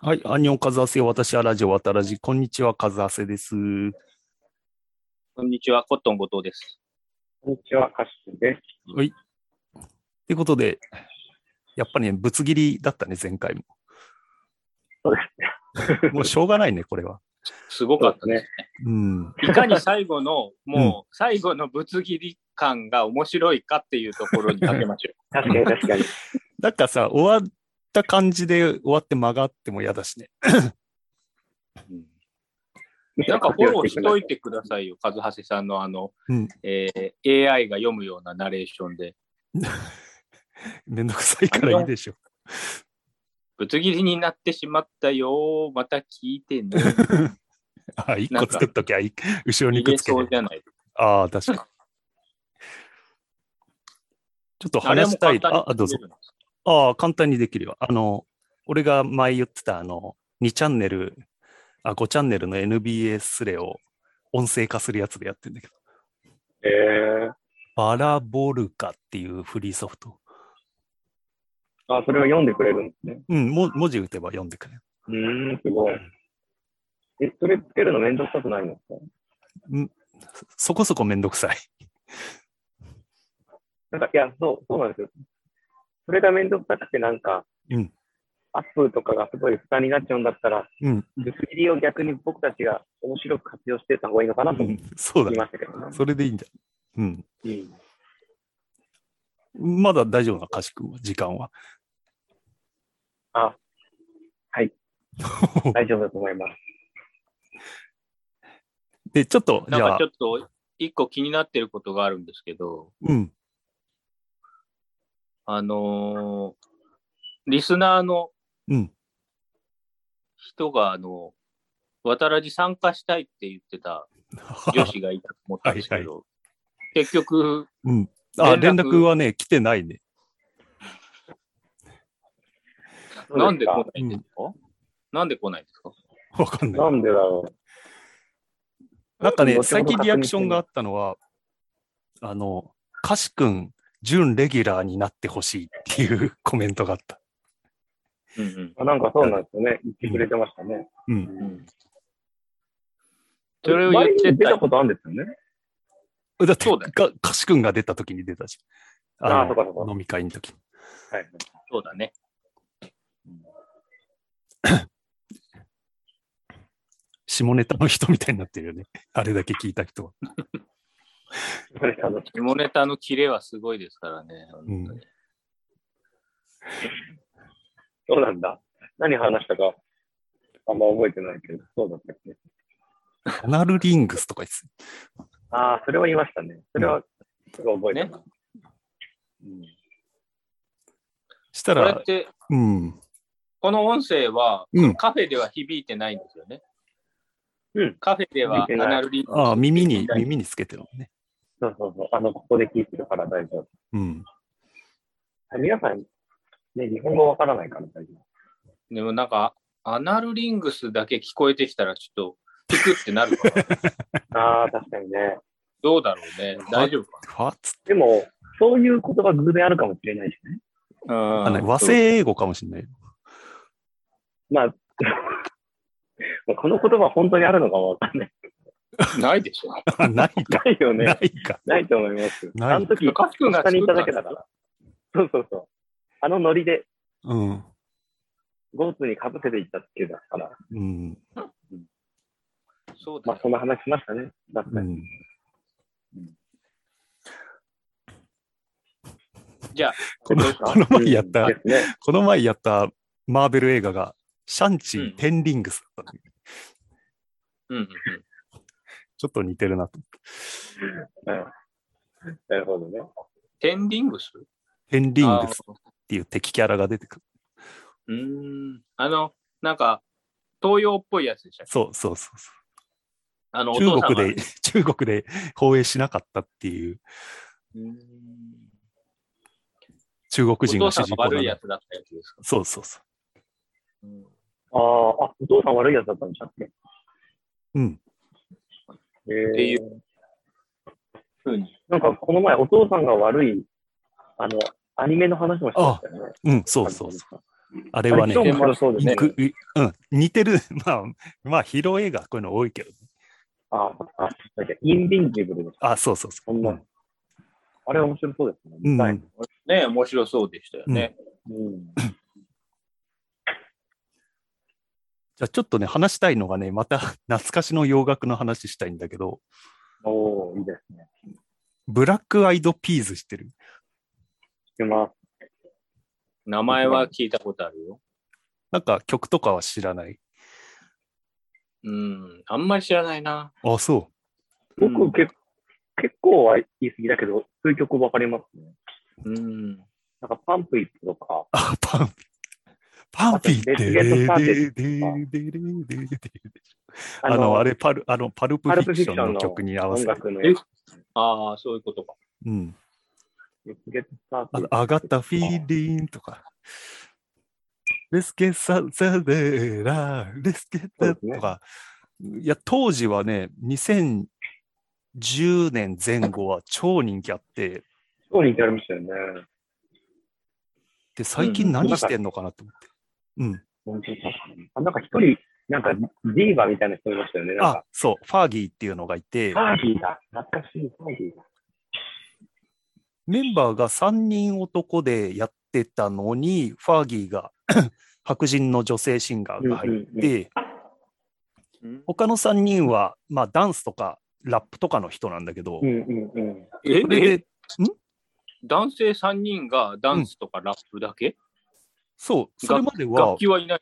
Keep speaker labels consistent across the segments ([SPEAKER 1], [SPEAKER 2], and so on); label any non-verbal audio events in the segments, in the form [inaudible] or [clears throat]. [SPEAKER 1] はい、アンニョンカズアセよ、私はラジオ渡らじ、こんにちは、カズアセです。
[SPEAKER 2] こんにちは、コットン後藤です。
[SPEAKER 3] こんにちは、カシスです。
[SPEAKER 1] ということで、やっぱりね、ぶつ切りだったね、前回も。
[SPEAKER 3] そう
[SPEAKER 1] ですね。もうしょうがないね、これは。
[SPEAKER 2] すごかったね。
[SPEAKER 1] うん。
[SPEAKER 2] いかに最後の、もう、最後のぶつ切り感が面白いかっていうところにかけましょ
[SPEAKER 3] 確かに確かに。
[SPEAKER 1] なんかさ、終わった感じで終わって間があっても嫌だしね。
[SPEAKER 2] う。 [laughs] なんかフォローしといてくださいよ、カズハセさんのあの、
[SPEAKER 1] うん
[SPEAKER 2] えー AI が読むようなナレーションで。
[SPEAKER 1] めんどくさいからいいでしょ。
[SPEAKER 2] ぶつ切りになってしまったよ、また聞いて [laughs] ね。
[SPEAKER 1] あ、一
[SPEAKER 2] な
[SPEAKER 1] 個
[SPEAKER 2] んか
[SPEAKER 1] 作っときゃいい。後ろに
[SPEAKER 2] 逃
[SPEAKER 1] くっ
[SPEAKER 2] げ
[SPEAKER 1] つけ
[SPEAKER 2] そう
[SPEAKER 1] て。
[SPEAKER 2] じゃない。
[SPEAKER 1] ああ、確かに。ちょっと話したい。ああ、どうぞ。。ああ、簡単にできるよ。あの、俺が前言ってた、あの、2チャンネル、あ、5チャンネルの NBA スレを音声化するやつでやってんだけど、
[SPEAKER 3] えー、
[SPEAKER 1] バラボルカっていうフリーソフト。
[SPEAKER 3] [laughs] あ、それを読んでくれるんですね。
[SPEAKER 1] うん、も文字打てば読んでくれる。
[SPEAKER 3] うーん、すごい。え、それつけるのめんどくさくないんですか
[SPEAKER 1] そそこそこめんどくさい。
[SPEAKER 3] なんか、いや、そう、そうなんですよ。それがめんどくさくて、なんか、
[SPEAKER 1] うん
[SPEAKER 3] アップとかがすごい負担になっちゃうんだったら、
[SPEAKER 1] うん、
[SPEAKER 3] ぶつ切りを逆に僕たちが面白く活用してた方がいいのかなと
[SPEAKER 1] う
[SPEAKER 3] 思い
[SPEAKER 1] ん [laughs] そうだね。
[SPEAKER 3] ましたけどね。
[SPEAKER 1] それでいいんだ。うん。
[SPEAKER 3] うん
[SPEAKER 1] まだ大丈夫な、かしくんは、時間は。
[SPEAKER 3] あ、はい、大丈夫だと思います。
[SPEAKER 1] で、ちょっと、
[SPEAKER 2] な
[SPEAKER 1] じ
[SPEAKER 2] ん
[SPEAKER 1] ゃ
[SPEAKER 2] か
[SPEAKER 1] あ
[SPEAKER 2] ちょ、っと、一個気になってることがあるんですけど、
[SPEAKER 1] うん。
[SPEAKER 2] あのーリスナーの
[SPEAKER 1] うん
[SPEAKER 2] 人が、あの、渡らじ参加したいって言ってた女子がいたと思ったんですけど、結局、
[SPEAKER 1] うん。 [laughs] あ、連
[SPEAKER 2] 連絡
[SPEAKER 1] 絡はね、来てないね。
[SPEAKER 3] ど
[SPEAKER 2] な
[SPEAKER 3] うんで
[SPEAKER 2] です
[SPEAKER 3] か
[SPEAKER 2] 来ないんですか、なんで来ないんですか
[SPEAKER 1] わかんない。
[SPEAKER 3] なんでだろう。
[SPEAKER 1] なんかね
[SPEAKER 3] う、ん
[SPEAKER 1] 最近リアクションがあったのは、あの、カシ君、準レギュラーになってほしいっていう [laughs] コメントがあった。
[SPEAKER 2] うんうん
[SPEAKER 3] あなんかそうなんですよね。言ってくれてましたね。
[SPEAKER 1] うん。
[SPEAKER 2] うんそれを言って
[SPEAKER 3] 前に出た
[SPEAKER 2] た、
[SPEAKER 3] ことあるんですよね。
[SPEAKER 1] だって
[SPEAKER 2] そうだよ
[SPEAKER 1] かカシ君が出た時に出たし。
[SPEAKER 3] ああ、そ
[SPEAKER 1] の
[SPEAKER 3] うかそうか。
[SPEAKER 1] 飲み会の時。
[SPEAKER 2] [laughs]
[SPEAKER 3] はい。
[SPEAKER 2] そうだね。
[SPEAKER 1] 下ネタの人みたいになってるよね。 [laughs] あれだけ聞いた人は。
[SPEAKER 3] それあの
[SPEAKER 2] 下ネタのキレはすごいですからね。本当に
[SPEAKER 1] う
[SPEAKER 3] そうなんだ。何話したか、あんま覚えてないけど、そうだったっけ。
[SPEAKER 1] カナルリングスとかです。
[SPEAKER 3] ああ、それは言いましたね。それは、すごい覚えてます。
[SPEAKER 1] した
[SPEAKER 2] これ
[SPEAKER 1] ら
[SPEAKER 2] っ、て、
[SPEAKER 1] うん。
[SPEAKER 2] この音声は、
[SPEAKER 1] うん
[SPEAKER 2] カフェでは響いてないんですよね。
[SPEAKER 3] うん
[SPEAKER 2] カフェでは
[SPEAKER 3] 響いてない
[SPEAKER 2] アナルリンク
[SPEAKER 1] ああ、耳に、耳につけてるのね。
[SPEAKER 3] そうそうそう。あの、ここで聞いてるから大丈夫。
[SPEAKER 1] うん。
[SPEAKER 3] あ皆さん、ね、日本語わからないから大丈
[SPEAKER 2] でもなんか、アナルリングスだけ聞こえてきたら、ちょっと、ピクってなる [laughs] から、
[SPEAKER 3] 夫。ああ、確かにね。
[SPEAKER 2] どうだろうね。大丈夫か
[SPEAKER 1] ふわっつ
[SPEAKER 3] でも、そういう言葉偶然あるかもしれないしね。
[SPEAKER 2] な。
[SPEAKER 1] あの和製英語かもしれない。 [laughs]
[SPEAKER 3] まあ、 [laughs] もうこの言葉本当にあるのかもわかんない。
[SPEAKER 2] ないでしょ。
[SPEAKER 1] あないか。
[SPEAKER 3] ないよ
[SPEAKER 1] な
[SPEAKER 3] ね。
[SPEAKER 1] いか。
[SPEAKER 3] ないと思います。
[SPEAKER 1] ない
[SPEAKER 3] あの時、
[SPEAKER 2] カフ君が
[SPEAKER 3] 下
[SPEAKER 2] 作
[SPEAKER 3] に
[SPEAKER 2] っ
[SPEAKER 3] い
[SPEAKER 2] た
[SPEAKER 3] ただ
[SPEAKER 2] だ
[SPEAKER 3] け
[SPEAKER 2] け
[SPEAKER 3] だ
[SPEAKER 2] だ
[SPEAKER 3] か。
[SPEAKER 2] から
[SPEAKER 3] そうそうそう。あのノリで、
[SPEAKER 1] うん。
[SPEAKER 3] ゴーツにかぶせていったっていうだから、
[SPEAKER 1] うん。
[SPEAKER 2] そうだ
[SPEAKER 3] ま
[SPEAKER 2] よ
[SPEAKER 3] あ、そんな話しましたね。だって
[SPEAKER 1] うん。
[SPEAKER 2] じゃあ、
[SPEAKER 1] この
[SPEAKER 3] どうですか
[SPEAKER 1] この前やった
[SPEAKER 3] うんですね。
[SPEAKER 1] この前やったマーベル映画が、シャンチ
[SPEAKER 2] う
[SPEAKER 1] ー・
[SPEAKER 2] ん
[SPEAKER 1] テンリングスだったの、
[SPEAKER 2] うんうんうん。
[SPEAKER 1] ちょっと似てるなと。
[SPEAKER 3] うんなるほどね。
[SPEAKER 2] テンリングス
[SPEAKER 1] テンリングスっ
[SPEAKER 2] あ
[SPEAKER 1] ていう敵キャラが出てくる。
[SPEAKER 2] うーん。あの、なんか、東洋っぽいやつでしたっけ
[SPEAKER 1] そうそうそうそ
[SPEAKER 2] あの、お
[SPEAKER 1] う。
[SPEAKER 2] 父
[SPEAKER 1] 中
[SPEAKER 2] さん
[SPEAKER 1] 国で、 [laughs] 中国で放映しなかったっていう、中
[SPEAKER 2] お
[SPEAKER 1] 国人が主
[SPEAKER 2] 父さん
[SPEAKER 1] 人
[SPEAKER 2] が
[SPEAKER 1] 公
[SPEAKER 2] 悪い
[SPEAKER 1] な
[SPEAKER 2] や
[SPEAKER 1] の
[SPEAKER 2] つだったやつですか、
[SPEAKER 1] そうそうそ
[SPEAKER 2] うん
[SPEAKER 3] ああ、あお父さん悪いやつだったんでしたっけ
[SPEAKER 1] う。うん。
[SPEAKER 3] え
[SPEAKER 2] てい
[SPEAKER 3] ー、
[SPEAKER 2] ふうに。
[SPEAKER 3] なんかこの前、お父さんが悪い、あの、アニメの話もしてましたよね。
[SPEAKER 1] うん、そうそうそう。
[SPEAKER 3] う。
[SPEAKER 1] あれはね、
[SPEAKER 3] あれ超面白そうですね
[SPEAKER 1] いくいうん、似てる、 [laughs] まあ、まあ、ヒロ映画、こういうの多いけど、
[SPEAKER 3] あ、あ、だっけインビンジブルです。
[SPEAKER 1] あ、そうそうそう。
[SPEAKER 3] こんなのあれ面白そうですね。
[SPEAKER 1] うん
[SPEAKER 3] はい
[SPEAKER 2] ね、面白そうでしたよね。
[SPEAKER 3] うん
[SPEAKER 1] じゃあちょっとね、話したいのがね、また懐かしの洋楽の話したいんだけど、
[SPEAKER 3] おー、いいですね。
[SPEAKER 1] ブラックアイドピーズしてる。
[SPEAKER 3] でま
[SPEAKER 2] 名前は聞いたことあるよ。
[SPEAKER 1] なんか曲とかは知らない。
[SPEAKER 2] うん、あんまり知らないな。
[SPEAKER 1] あ、そ
[SPEAKER 3] 僕、
[SPEAKER 2] うん
[SPEAKER 3] け結構は言い過ぎだけど、数曲わかりますね。
[SPEAKER 2] うん。
[SPEAKER 3] なんかパンプイップとか、
[SPEAKER 1] う。あ、パンピ。パンピって、
[SPEAKER 3] あとレッドゲートパーティ
[SPEAKER 1] でで
[SPEAKER 3] ー
[SPEAKER 1] ででででであ
[SPEAKER 3] あ
[SPEAKER 1] の、
[SPEAKER 3] の
[SPEAKER 1] あれ、パル、あの、パルプフ
[SPEAKER 3] パル
[SPEAKER 1] ィ
[SPEAKER 3] プ
[SPEAKER 1] ク
[SPEAKER 3] フィ
[SPEAKER 1] シ
[SPEAKER 3] ク
[SPEAKER 1] ョ
[SPEAKER 3] ショ
[SPEAKER 1] ン
[SPEAKER 3] ン
[SPEAKER 1] の
[SPEAKER 3] の
[SPEAKER 1] 曲に合わ
[SPEAKER 3] 音
[SPEAKER 1] せて。
[SPEAKER 3] 楽の
[SPEAKER 2] え
[SPEAKER 3] やつ、
[SPEAKER 2] ああ、そういうことか。
[SPEAKER 1] うん。
[SPEAKER 3] レッツゲットスター
[SPEAKER 1] あ
[SPEAKER 3] ト
[SPEAKER 1] と、アガタ・フィーリンとか。レスケ・サ・ザ・デラ、レスケ・
[SPEAKER 3] そう
[SPEAKER 1] タ
[SPEAKER 3] ですね
[SPEAKER 1] とか。いや、当時はね、2010年前後は超人気あって、
[SPEAKER 3] 超人気ありましたよね。
[SPEAKER 1] で、最近何してんのかなと思って。うん。
[SPEAKER 3] 本当にあなんか一人、なんかディーバみたいな人いましたよね。なん
[SPEAKER 1] あ
[SPEAKER 3] か、、
[SPEAKER 1] そう、ファーギーっていうのがいて、
[SPEAKER 3] パーティーだ。懐かしいパーティーだ。
[SPEAKER 1] メンバーが3人男でやってたのに、ファーギーが [clears throat] 白人の女性シンガーが入って、
[SPEAKER 3] うん
[SPEAKER 1] 他の3人は、まあ、ダンスとかラップとかの人なんだけど、
[SPEAKER 3] うんうんうん。
[SPEAKER 2] え
[SPEAKER 1] それで、
[SPEAKER 2] 男性3人がダンスとかラップだけ、
[SPEAKER 1] そう、それまでは
[SPEAKER 2] 楽、器はいない。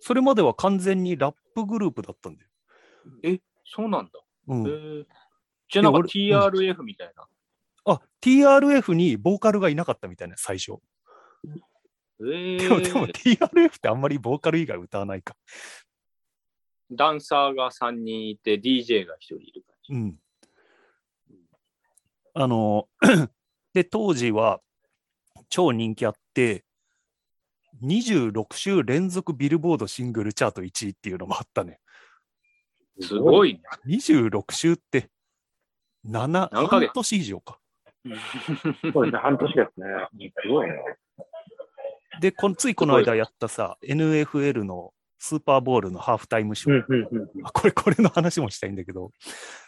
[SPEAKER 1] それまでは完全にラップグループだったんだよ。
[SPEAKER 2] そうなんだ。
[SPEAKER 1] うん
[SPEAKER 2] へーじゃあなんか
[SPEAKER 1] いや
[SPEAKER 2] TRF みたいな。
[SPEAKER 1] あ、TRF にボーカルがいなかったみたいな、最初。
[SPEAKER 2] え
[SPEAKER 1] でも、でも
[SPEAKER 2] ー、
[SPEAKER 1] TRF ってあんまりボーカル以外歌わないか。
[SPEAKER 2] ダンサーが3人いて DJ が1人いる感じ。
[SPEAKER 1] うん。あの、 [clears throat] で、当時は超人気あって、26週連続ビルボードシングルチャート1位っていうのもあったね。
[SPEAKER 2] すご
[SPEAKER 3] い。
[SPEAKER 2] いね。
[SPEAKER 1] 26週って、7、
[SPEAKER 2] 何ヶ月
[SPEAKER 1] 半年以上か。
[SPEAKER 3] そうですね、半年ですね。すごいな。
[SPEAKER 1] で、このついこの間やったさ、NFL のスーパーボールのハーフタイムショー。
[SPEAKER 3] うんうん。
[SPEAKER 1] あ [laughs] これ、これの話もしたいんだけど、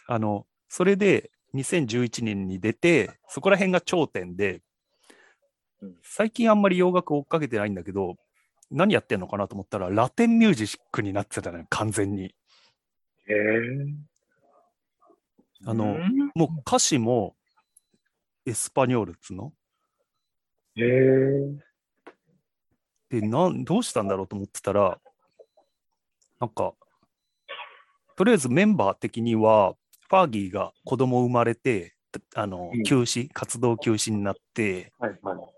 [SPEAKER 1] あの、それで2011年に出て、そこら辺が頂点で
[SPEAKER 2] うん、
[SPEAKER 1] 最近あんまり洋楽追っかけてないんだけど、何やってんのかなと思ったら、ラテンミュージックになってたのよ、完全に。
[SPEAKER 3] へえ
[SPEAKER 1] あの、
[SPEAKER 2] うん
[SPEAKER 1] もう歌詞もエスパニョールっつうの
[SPEAKER 3] ー。へ
[SPEAKER 1] でなん、どうしたんだろうと思ってたら、なんか、とりあえずメンバー的には、ファーギーが子供生まれて、あの
[SPEAKER 3] うん、
[SPEAKER 1] 休止、活動休止になって、
[SPEAKER 3] ー。はいはい。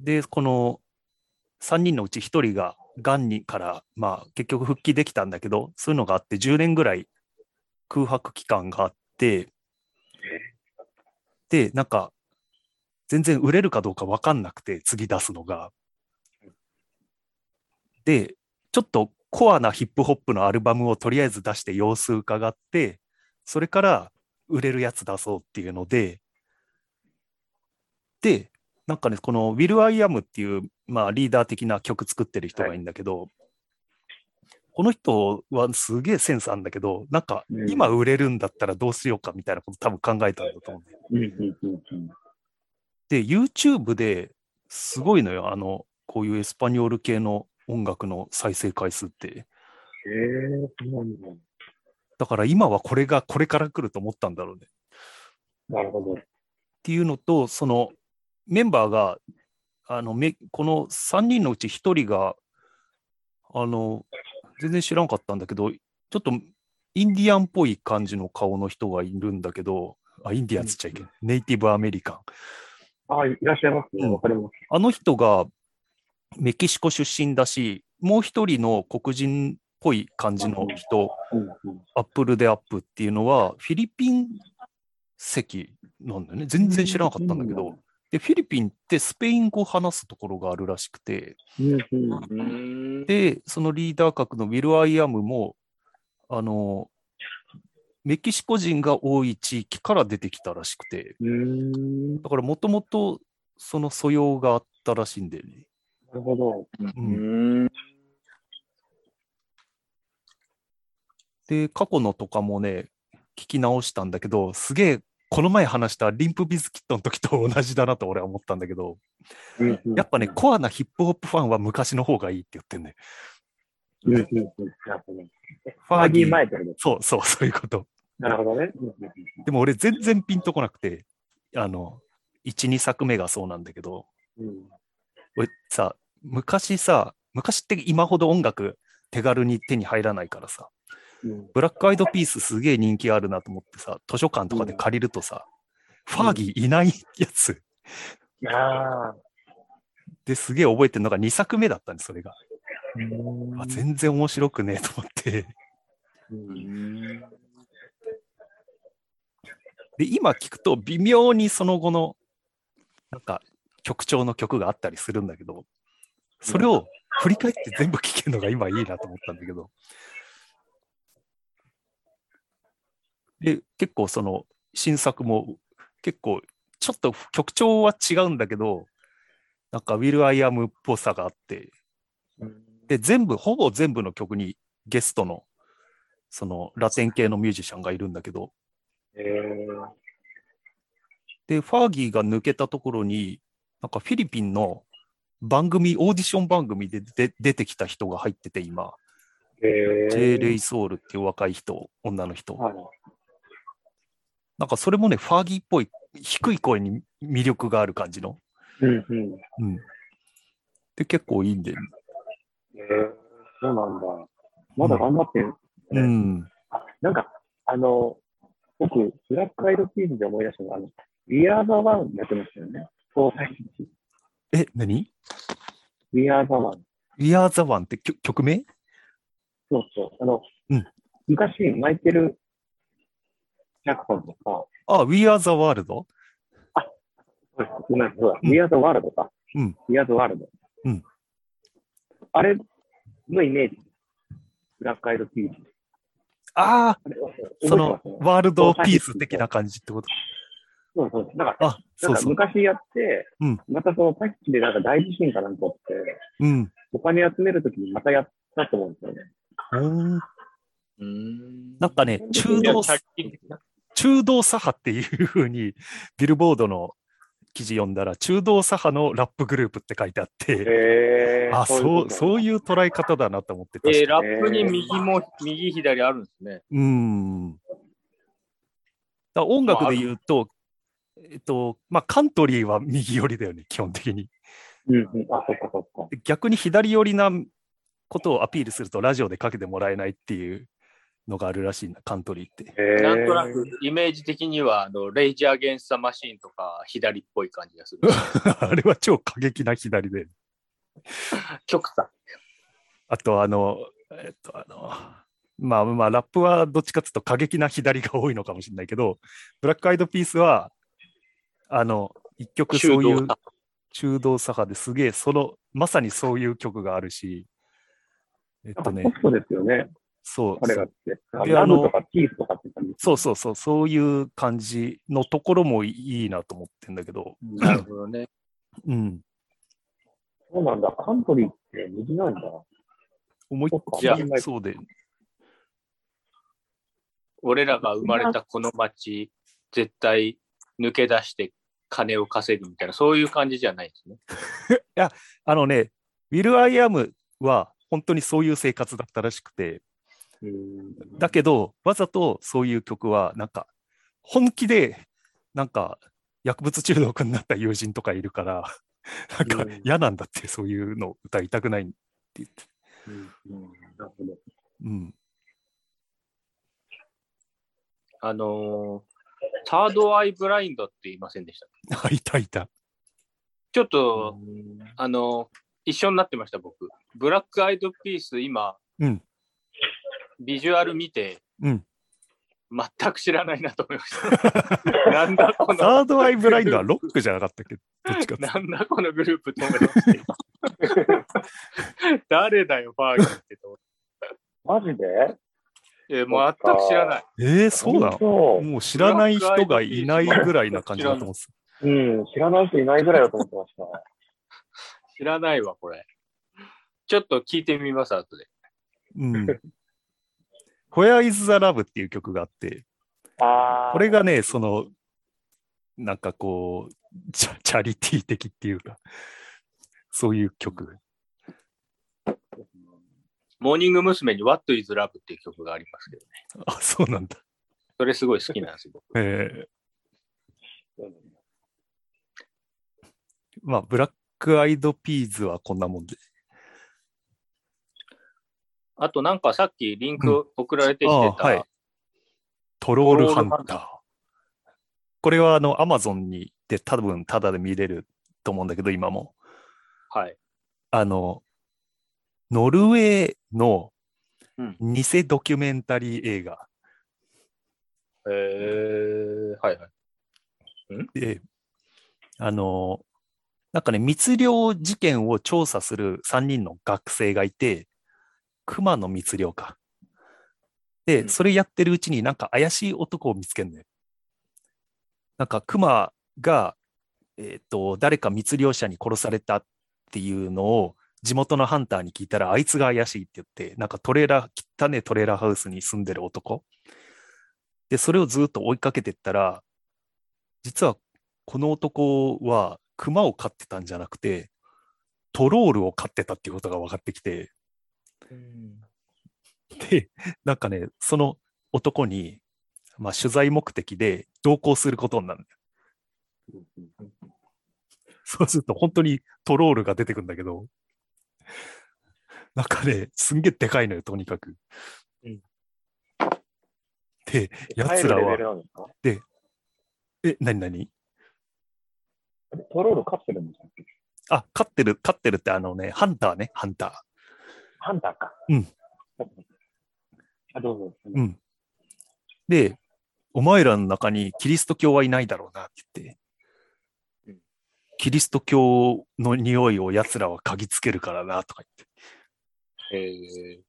[SPEAKER 1] で、この3人のうち1人が、がんにから、まあ、結局復帰できたんだけど、そういうのがあって、10年ぐらい空白期間があって、で、なんか、全然売れるかどうか分かんなくて、次出すのが。で、ちょっとコアなヒップホップのアルバムをとりあえず出して様子伺って、それから売れるやつ出そうっていうので、で、なんかね、この Will I Am っていう、まあ、リーダー的な曲作ってる人がいいんだけど、この人はすげえセンスあるんだけど、なんか
[SPEAKER 3] うん
[SPEAKER 1] 今売れるんだったらどうしようかみたいなこと多分考えたんだと思うんだよ
[SPEAKER 3] うんうんうんうん。
[SPEAKER 1] で、YouTube ですごいのよ、あの、こういうエスパニョール系の音楽の再生回数って。
[SPEAKER 3] へえー、そうなんだ。
[SPEAKER 1] だから今はこれがこれから来ると思ったんだろうね。っ
[SPEAKER 3] なるほど。
[SPEAKER 1] ていうのと、そのメンバーが、あのめこの3人のうち1人が、あの、全然知らんかったんだけど、ちょっとインディアンっぽい感じの顔の人がいるんだけど、あ、インディアンつっちゃいけない。ネイティブアメリカン。
[SPEAKER 3] あ、いらっしゃいますね。
[SPEAKER 1] うん
[SPEAKER 3] わかります。
[SPEAKER 1] あの人がメキシコ出身だし、もう一人の黒人っぽい感じの人、
[SPEAKER 3] うんうん。
[SPEAKER 1] アップルでアップっていうのは、フィリピン籍なんだよね。全然知らなかったんだけど。で、フィリピンってスペイン語を話すところがあるらしくて、
[SPEAKER 3] うんうん。
[SPEAKER 2] うん
[SPEAKER 1] で、そのリーダー格のウィル・アイ・アムも、あの、メキシコ人が多い地域から出てきたらしくて、
[SPEAKER 3] うーん。
[SPEAKER 1] だからもともとその素養があったらしいんだよね。
[SPEAKER 3] あなるほど。
[SPEAKER 1] う
[SPEAKER 2] うんん。
[SPEAKER 1] で、過去のとかもね、聞き直したんだけど、すげえ、この前話したリンプビズキットの時と同じだなと俺は思ったんだけど、
[SPEAKER 3] うん
[SPEAKER 1] やっぱね、コアなヒップホップファンは昔の方がいいって言ってんね。
[SPEAKER 3] うんうんうんなるほど
[SPEAKER 1] フ
[SPEAKER 3] ファーギー前ってこと
[SPEAKER 1] そうそう、 [laughs] そういうこと。
[SPEAKER 3] なるほどね。うんうんうん
[SPEAKER 1] でも俺全然ピンとこなくて、あの、1、2作目がそうなんだけど、
[SPEAKER 3] うん
[SPEAKER 1] 俺さ、昔さ、昔って今ほど音楽手軽に手に入らないからさ、
[SPEAKER 3] うん
[SPEAKER 1] ブラックアイドピースすげえ人気あるなと思ってさ、図書館とかで借りるとさ、ファーギーいないやつ
[SPEAKER 3] ああ。
[SPEAKER 1] ですげえ覚えてるのが2作目だったね、それが。あ
[SPEAKER 3] う
[SPEAKER 1] 全然面白くねえと思って。
[SPEAKER 3] ん
[SPEAKER 1] で、今聞くと微妙にその後の、なんか曲調の曲があったりするんだけど、それを振り返って全部聴けるのが今いいなと思ったんだけど。で、結構その新作も結構ちょっと曲調は違うんだけど、なんか Will I Am っぽさがあって、で、全部、ほぼ全部の曲にゲストの、そのラテン系のミュージシャンがいるんだけど、
[SPEAKER 3] えー
[SPEAKER 1] で、ファーギーが抜けたところに、なんかフィリピンの番組、オーディション番組でで出てきた人が入ってて、今、
[SPEAKER 3] えー
[SPEAKER 1] J ・レイ・ソウルっていう若い人、女の人。
[SPEAKER 3] はい
[SPEAKER 1] なんかそれもね、ファーギーっぽい、低い声に魅力がある感じの。
[SPEAKER 3] うんうん。
[SPEAKER 1] うん。で、結構いいんで。
[SPEAKER 3] えーそうなんだ。まだ頑張ってる。
[SPEAKER 1] うん。
[SPEAKER 3] あなんか、あの、僕、ブラックアイドピースで思い出したのが、あの、We Are the One やってましたよね。そう、
[SPEAKER 1] え、何
[SPEAKER 3] We Are the One。
[SPEAKER 1] ?We Are the One って曲曲名
[SPEAKER 3] そうそう。あの、
[SPEAKER 1] うん
[SPEAKER 3] 昔、マイケル・ジャクソンとか、
[SPEAKER 1] あ、We Are the World?
[SPEAKER 3] そうですごめんそうだ、
[SPEAKER 1] うん
[SPEAKER 3] We Are the World か。
[SPEAKER 1] うん。
[SPEAKER 3] We Are the World。
[SPEAKER 1] うん。
[SPEAKER 3] あれのイメージ。ブラックアイドピース。
[SPEAKER 1] ああ、
[SPEAKER 3] あれ覚えて
[SPEAKER 1] そ
[SPEAKER 3] ま
[SPEAKER 1] の
[SPEAKER 3] すね
[SPEAKER 1] ワールドピース的な感じってこと
[SPEAKER 3] そうそう。なんか、
[SPEAKER 1] あ、
[SPEAKER 3] な
[SPEAKER 1] そ
[SPEAKER 3] ん
[SPEAKER 1] う
[SPEAKER 3] か
[SPEAKER 1] そう。
[SPEAKER 3] 昔やって、
[SPEAKER 1] うん
[SPEAKER 3] またそのパッチでなんか大地震かなんか起きて、
[SPEAKER 1] うん。
[SPEAKER 3] お金集めるときにまたやったと思うんですよね。
[SPEAKER 1] ほー
[SPEAKER 2] うん。
[SPEAKER 1] なんかね、中
[SPEAKER 2] いや
[SPEAKER 1] 道、
[SPEAKER 2] さっき
[SPEAKER 1] 中道左派っていうふうに、ビルボードの記事読んだら、中道左派のラップグループって書いてあって、
[SPEAKER 3] へ
[SPEAKER 1] あ、そう、そう
[SPEAKER 3] いう
[SPEAKER 1] いう捉え方だなと思ってた。
[SPEAKER 2] えーラップに右も、右左あるんですね。
[SPEAKER 1] うん。だから音楽で言うと、えっと、まあ、カントリーは右寄りだよね、基本的に。
[SPEAKER 3] ことね。うんうん。あ、そっかそっか。
[SPEAKER 1] で逆に左寄りなことをアピールすると、ラジオでかけてもらえないっていうのがあるらしいな、カントリーって。 [laughs]
[SPEAKER 3] へー
[SPEAKER 2] なんとなく。イメージ的には、あのレイジアゲンスタマシーンとか左っぽい感じが
[SPEAKER 1] [laughs]
[SPEAKER 2] する。
[SPEAKER 1] あれは超過激な左で。
[SPEAKER 2] 極左。
[SPEAKER 1] あと、あの、えっと、あの、まあまあ、ラップはどっちかというと過激な左が多いのかもしれないけど、ブラックアイドピースは、あの、一曲そうい
[SPEAKER 2] 中
[SPEAKER 1] う
[SPEAKER 2] 道
[SPEAKER 1] 中道左派ですげえ、その、まさにそういう曲があるし、えっ
[SPEAKER 3] や
[SPEAKER 1] と
[SPEAKER 3] っぱホ
[SPEAKER 1] ね
[SPEAKER 3] ス、トですよね、
[SPEAKER 1] そう、
[SPEAKER 3] 彼らって。あ
[SPEAKER 1] であ
[SPEAKER 3] ラ
[SPEAKER 1] の
[SPEAKER 3] ブとかキースとかって感じ。
[SPEAKER 1] そうそうそう、そういう感じのところもいいなと思ってんだけど、
[SPEAKER 2] なるほどね。
[SPEAKER 1] うん、
[SPEAKER 3] そうなんだ。カントリーって右なんだ。
[SPEAKER 1] 思いっき
[SPEAKER 2] そっ
[SPEAKER 3] か
[SPEAKER 1] りそうで、
[SPEAKER 2] 俺らが生まれたこの町、絶対抜け出して金を稼ぐみたいな、そういう感じじゃないですね。
[SPEAKER 1] あのね、ウィル・アイ・アムは本当にそういう生活だったらしくて、
[SPEAKER 3] うん
[SPEAKER 1] だけど、わざとそういう曲は、なんか、本気で、なんか、薬物中毒になった友人とかいるから、なんか
[SPEAKER 3] うん
[SPEAKER 1] 嫌なんだって、そういうの歌いたくないって言って。
[SPEAKER 3] うんなるほど。
[SPEAKER 1] うん。
[SPEAKER 2] あのーサードアイブラインドって言いませんでした。
[SPEAKER 1] あいたいた。
[SPEAKER 2] ちょっと、あのー一緒になってました、僕。ブラックアイドピース、今、
[SPEAKER 1] うん
[SPEAKER 2] ビジュアル見て、
[SPEAKER 1] うん
[SPEAKER 2] 全く知らないなと思いました。 [laughs] なんだこの、
[SPEAKER 1] サードアイブラインドはロックじゃなかったっけどっちかっていうと
[SPEAKER 2] なんだこのグループと思いました。
[SPEAKER 1] [laughs]
[SPEAKER 2] 誰だよ、バーギーってと思っ
[SPEAKER 3] マジで
[SPEAKER 2] て。えーもう全く知らない。
[SPEAKER 1] えー、そうなの
[SPEAKER 3] の
[SPEAKER 1] もう知らない人がいないぐらいな感じだと思うんです。
[SPEAKER 3] うん、知らない人いないぐらいだと思ってました。
[SPEAKER 2] 知らないわ、これ。ちょっと聞いてみます、後で。
[SPEAKER 1] うん。Where is the Love っていう曲があって、
[SPEAKER 3] あー
[SPEAKER 1] これがね、その、なんかこう、チャチャリティー的っていうか、そういう曲。
[SPEAKER 2] モーニング娘。に What is Love っていう曲がありますけどね。
[SPEAKER 1] あ、そうなんだ。
[SPEAKER 2] それすごい好きなんですよ、僕。
[SPEAKER 1] えーまあ、ブラックアイドピーズはこんなもんで。
[SPEAKER 2] あとなんかさっきリンク送られてきて
[SPEAKER 1] あ
[SPEAKER 2] た、
[SPEAKER 1] あはい。トロールハン
[SPEAKER 2] トロールハン
[SPEAKER 1] ター。これはあの、アマゾンにで多分タダで見れると思うんだけど、今も。
[SPEAKER 2] はい。
[SPEAKER 1] あの、ノルウェーの
[SPEAKER 2] うん
[SPEAKER 1] 偽ドキュメンタリー映画。
[SPEAKER 2] えー、はいはい。
[SPEAKER 1] で、あの、なんかね、密漁事件を調査する3人の学生がいて、熊の密漁か。
[SPEAKER 2] う
[SPEAKER 1] で、
[SPEAKER 2] ん
[SPEAKER 1] それやってるうちになんか怪しい男を見つけんねなんか熊が、えっ、と、誰か密漁者に殺されたっていうのを地元のハンターに聞いたら、あいつが怪しいって言って、なんかトレーラー、汚ねトレーラーハウスに住んでる男。で、それをずっと追いかけてったら、実はこの男は熊を飼ってたんじゃなくて、トロールを飼ってたっていうことが分かってきて、で、なんかね、その男に、まあ、取材目的で同行することになるんだよ。そうすると本当にトロールが出てくるんだけど、なんかね、すんげえでかいのよ、とにかく。
[SPEAKER 2] うん
[SPEAKER 1] で、や
[SPEAKER 3] 帰
[SPEAKER 1] つ
[SPEAKER 3] る
[SPEAKER 1] ら
[SPEAKER 3] レベル
[SPEAKER 1] は、
[SPEAKER 3] なんですか
[SPEAKER 1] え、なになに
[SPEAKER 3] トロール飼ってるんですか
[SPEAKER 1] あ、飼ってる、飼ってるってあのね、ハンターね、ハンター。
[SPEAKER 3] ハンターか。
[SPEAKER 1] うん。
[SPEAKER 3] あ、どうぞ。う
[SPEAKER 1] うん。で、お前らの中にキリスト教はいないだろうなって言って
[SPEAKER 2] うん、
[SPEAKER 1] キリスト教の匂いを奴らは嗅ぎつけるからなとか
[SPEAKER 2] え
[SPEAKER 1] 言って。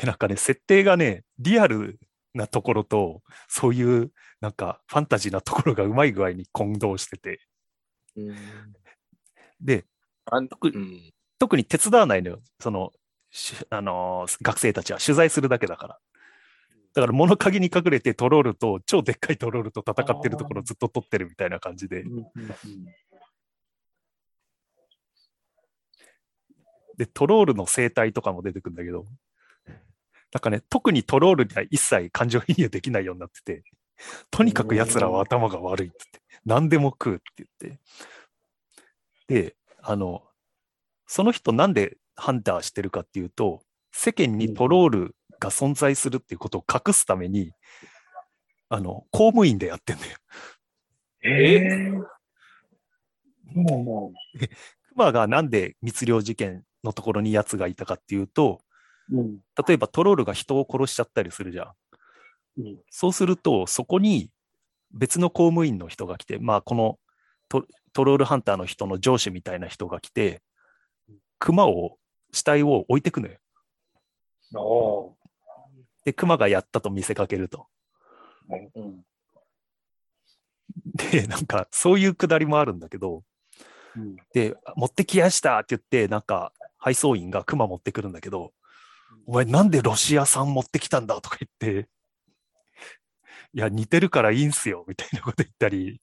[SPEAKER 1] で、なんかね、設定がね、リアルなところと、そういうなんかファンタジーなところがうまい具合に混同してて、
[SPEAKER 2] ー、うん
[SPEAKER 1] で、
[SPEAKER 2] あんうん
[SPEAKER 1] 特に手伝わないのよ。その、しあのー学生たちは取材するだけだから。だから物陰に隠れてトロールと、超でっかいトロールと戦ってるところずっと撮ってるみたいな感じで。で、トロールの生態とかも出てくるんだけど、なんかね、特にトロールには一切感情移入できないようになってて、とにかく奴らは頭が悪いって言って、何でも食うって言って。で、あの、その人なんでハンターしてるかっていうと、世間にトロールが存在するっていうことを隠すために、あの、公務員でやってんだよ。
[SPEAKER 3] えー、そうも
[SPEAKER 1] 熊がなんで密漁事件のところに奴がいたかっていうと、
[SPEAKER 3] う、うん。
[SPEAKER 1] 例えばトロールが人を殺しちゃったりするじゃん。
[SPEAKER 3] うん。
[SPEAKER 1] そうすると、そこに別の公務員の人が来て、まあ、このトトロールハンターの人の上司みたいな人が来て、熊を、死体を置いてくのよ。
[SPEAKER 3] ああ。
[SPEAKER 1] で、熊がやったと見せかけると。 [laughs]
[SPEAKER 2] うん
[SPEAKER 1] で、なんか、そういうくだりもあるんだけど、
[SPEAKER 3] うん
[SPEAKER 1] で、持ってきやしたって言って、なんか、配送員が熊持ってくるんだけど、お前なんでロシア産持ってきたんだとか言って、いや、似てるからいいんすよ、みたいなこと言ったり、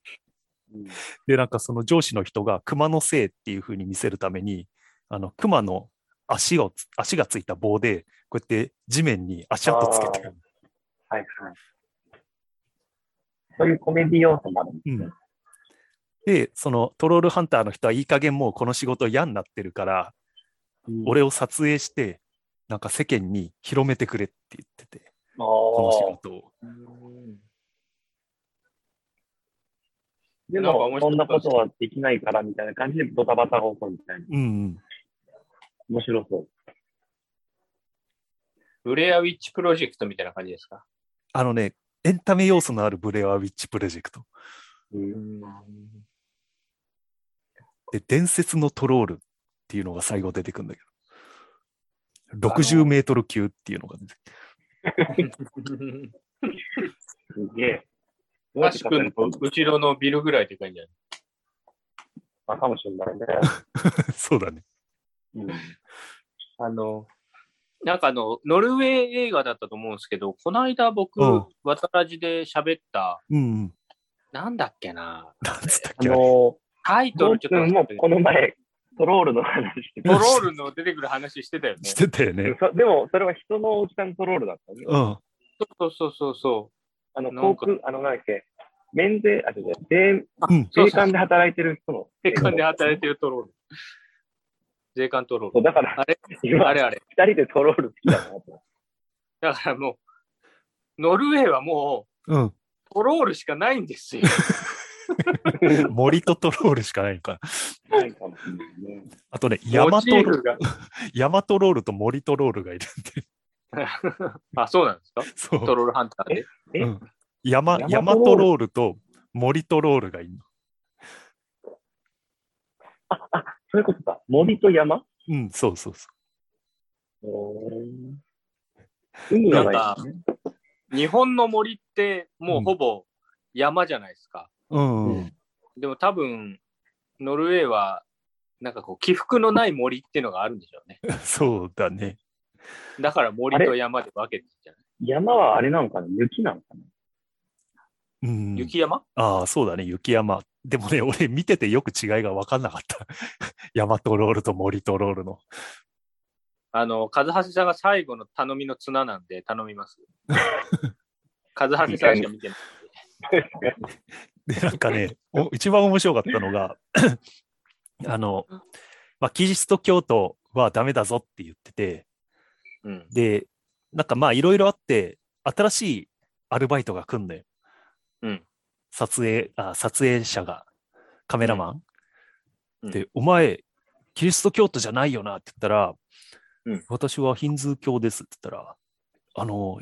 [SPEAKER 3] うん
[SPEAKER 1] で、なんかその上司の人が熊のせいっていうふうに見せるために、あの、熊の足をつ、足がついた棒で、こうやって地面に足跡つけてる。
[SPEAKER 3] はいはい。そういうコメディ要素もあるんですね。
[SPEAKER 1] で、そのトロールハンターの人はいい加減もうこの仕事嫌になってるから、
[SPEAKER 3] うん、
[SPEAKER 1] 俺を撮影して、なんか世間に広めてくれって言ってて、
[SPEAKER 3] あ
[SPEAKER 1] この仕
[SPEAKER 3] あ。
[SPEAKER 1] 事を。
[SPEAKER 3] で
[SPEAKER 2] なんか
[SPEAKER 3] も
[SPEAKER 2] 面白、そ
[SPEAKER 3] そ
[SPEAKER 2] うん
[SPEAKER 3] なことはできないからみたいな感じでドタバタが起こるみたいな。
[SPEAKER 1] うんうん。
[SPEAKER 3] 面白そう。
[SPEAKER 2] ブレアウィッチプロジェクトみたいな感じですか
[SPEAKER 1] あのね、エンタメ要素のあるブレアウィッチプロジェクト。
[SPEAKER 3] うん、
[SPEAKER 1] で、伝説のトロールっていうのが最後出てくるんだけど、60メートル級っていうのが出てくる
[SPEAKER 3] すげえ。
[SPEAKER 2] マシ君の後ろのビルぐらいでかいんじゃない
[SPEAKER 3] ったかもしれないね。
[SPEAKER 1] [laughs] そうだね。
[SPEAKER 3] うん、
[SPEAKER 2] あの、なんかあの、ノルウェー映画だったと思うんですけど、この間僕、
[SPEAKER 1] うん
[SPEAKER 2] わたらじで喋った、
[SPEAKER 1] うんうん。
[SPEAKER 2] なんだっけな、
[SPEAKER 1] なんつったっ
[SPEAKER 3] あ
[SPEAKER 1] けあれ
[SPEAKER 3] の、
[SPEAKER 2] タイト
[SPEAKER 3] ど
[SPEAKER 2] ル
[SPEAKER 3] う
[SPEAKER 2] ちょっ
[SPEAKER 3] くん
[SPEAKER 2] と、
[SPEAKER 3] もこの前、トロールの話して
[SPEAKER 2] トロールの出てくる話してたよね
[SPEAKER 1] [laughs] し。てたよね。
[SPEAKER 3] そでも、それは人のおじさんトロールだったね。
[SPEAKER 1] うん。
[SPEAKER 2] そうそうそうそ
[SPEAKER 3] あの、
[SPEAKER 2] なん
[SPEAKER 3] 航
[SPEAKER 2] か
[SPEAKER 3] 空、あの、なんだっけ、免税、あ、違う違う、
[SPEAKER 1] うん。
[SPEAKER 2] う。
[SPEAKER 3] 税税関で働いてる人の。
[SPEAKER 2] 税関で働いてるトロール。税関トロー
[SPEAKER 3] そう
[SPEAKER 2] ル。
[SPEAKER 3] だから、
[SPEAKER 2] あれ
[SPEAKER 3] 今
[SPEAKER 2] あれあれ。
[SPEAKER 3] 二人でトロール好きだなと思って。
[SPEAKER 2] だからもう、ノルウェーはも
[SPEAKER 1] うん。
[SPEAKER 2] う、トロールしかないんですよ。
[SPEAKER 1] 森とトロールしかないのかな。
[SPEAKER 3] ないかもしれないね。
[SPEAKER 1] あとね、ヤ
[SPEAKER 2] モ
[SPEAKER 1] マ
[SPEAKER 2] チ
[SPEAKER 1] ト
[SPEAKER 2] ー
[SPEAKER 1] ロ
[SPEAKER 2] フが。
[SPEAKER 1] ヤマトロールと森トロールがいるんで。
[SPEAKER 2] あ、そうなんで
[SPEAKER 1] [laughs]
[SPEAKER 2] すか
[SPEAKER 1] そ
[SPEAKER 2] ト
[SPEAKER 1] う。
[SPEAKER 2] ロールハンターで。
[SPEAKER 3] え
[SPEAKER 1] うん、ヤマ
[SPEAKER 3] ヤ
[SPEAKER 1] ヤ
[SPEAKER 3] マ
[SPEAKER 1] マ
[SPEAKER 3] トロール
[SPEAKER 1] トロールと森トロールがいるの。
[SPEAKER 3] そういうことか。森と山
[SPEAKER 1] うん、そうそうそう。
[SPEAKER 3] 海がない
[SPEAKER 2] なん
[SPEAKER 3] んですね。
[SPEAKER 2] 日本の森ってもうほぼ山じゃないですか。
[SPEAKER 1] うん、
[SPEAKER 3] う
[SPEAKER 2] でも多分、ノルウェーは、なんかこう、起伏のない森っていうのがあるんでしょうね。
[SPEAKER 1] [laughs] そうだね。
[SPEAKER 2] だから森と山で分けてるんじゃない
[SPEAKER 3] 山はあれなのかな雪なのかな
[SPEAKER 1] うん、
[SPEAKER 2] 雪山
[SPEAKER 1] ああ、そうだね、雪山。でもね、 [laughs] 俺見ててよく違いが分かんなかった。 [laughs] ヤマトロールと森トロールの。 [laughs]
[SPEAKER 2] あの、和橋さんが最後の頼みの綱なんで頼
[SPEAKER 1] [laughs]
[SPEAKER 2] みます。和橋さんしか見てない。
[SPEAKER 1] で、なんかね、お一番面白かったのが、あの、まあ、キリスト教徒はダメだぞって言ってて、
[SPEAKER 2] うん。
[SPEAKER 1] で、なんかまあいろいろあって、新しいアルバイトが来んのよ。
[SPEAKER 2] うん
[SPEAKER 1] 撮影、あ撮影者が、カメラマン。
[SPEAKER 2] うん
[SPEAKER 1] で、お前、キリスト教徒じゃないよなって言ったら、
[SPEAKER 2] うん
[SPEAKER 1] 私はヒンズー教ですって言ったら、あの、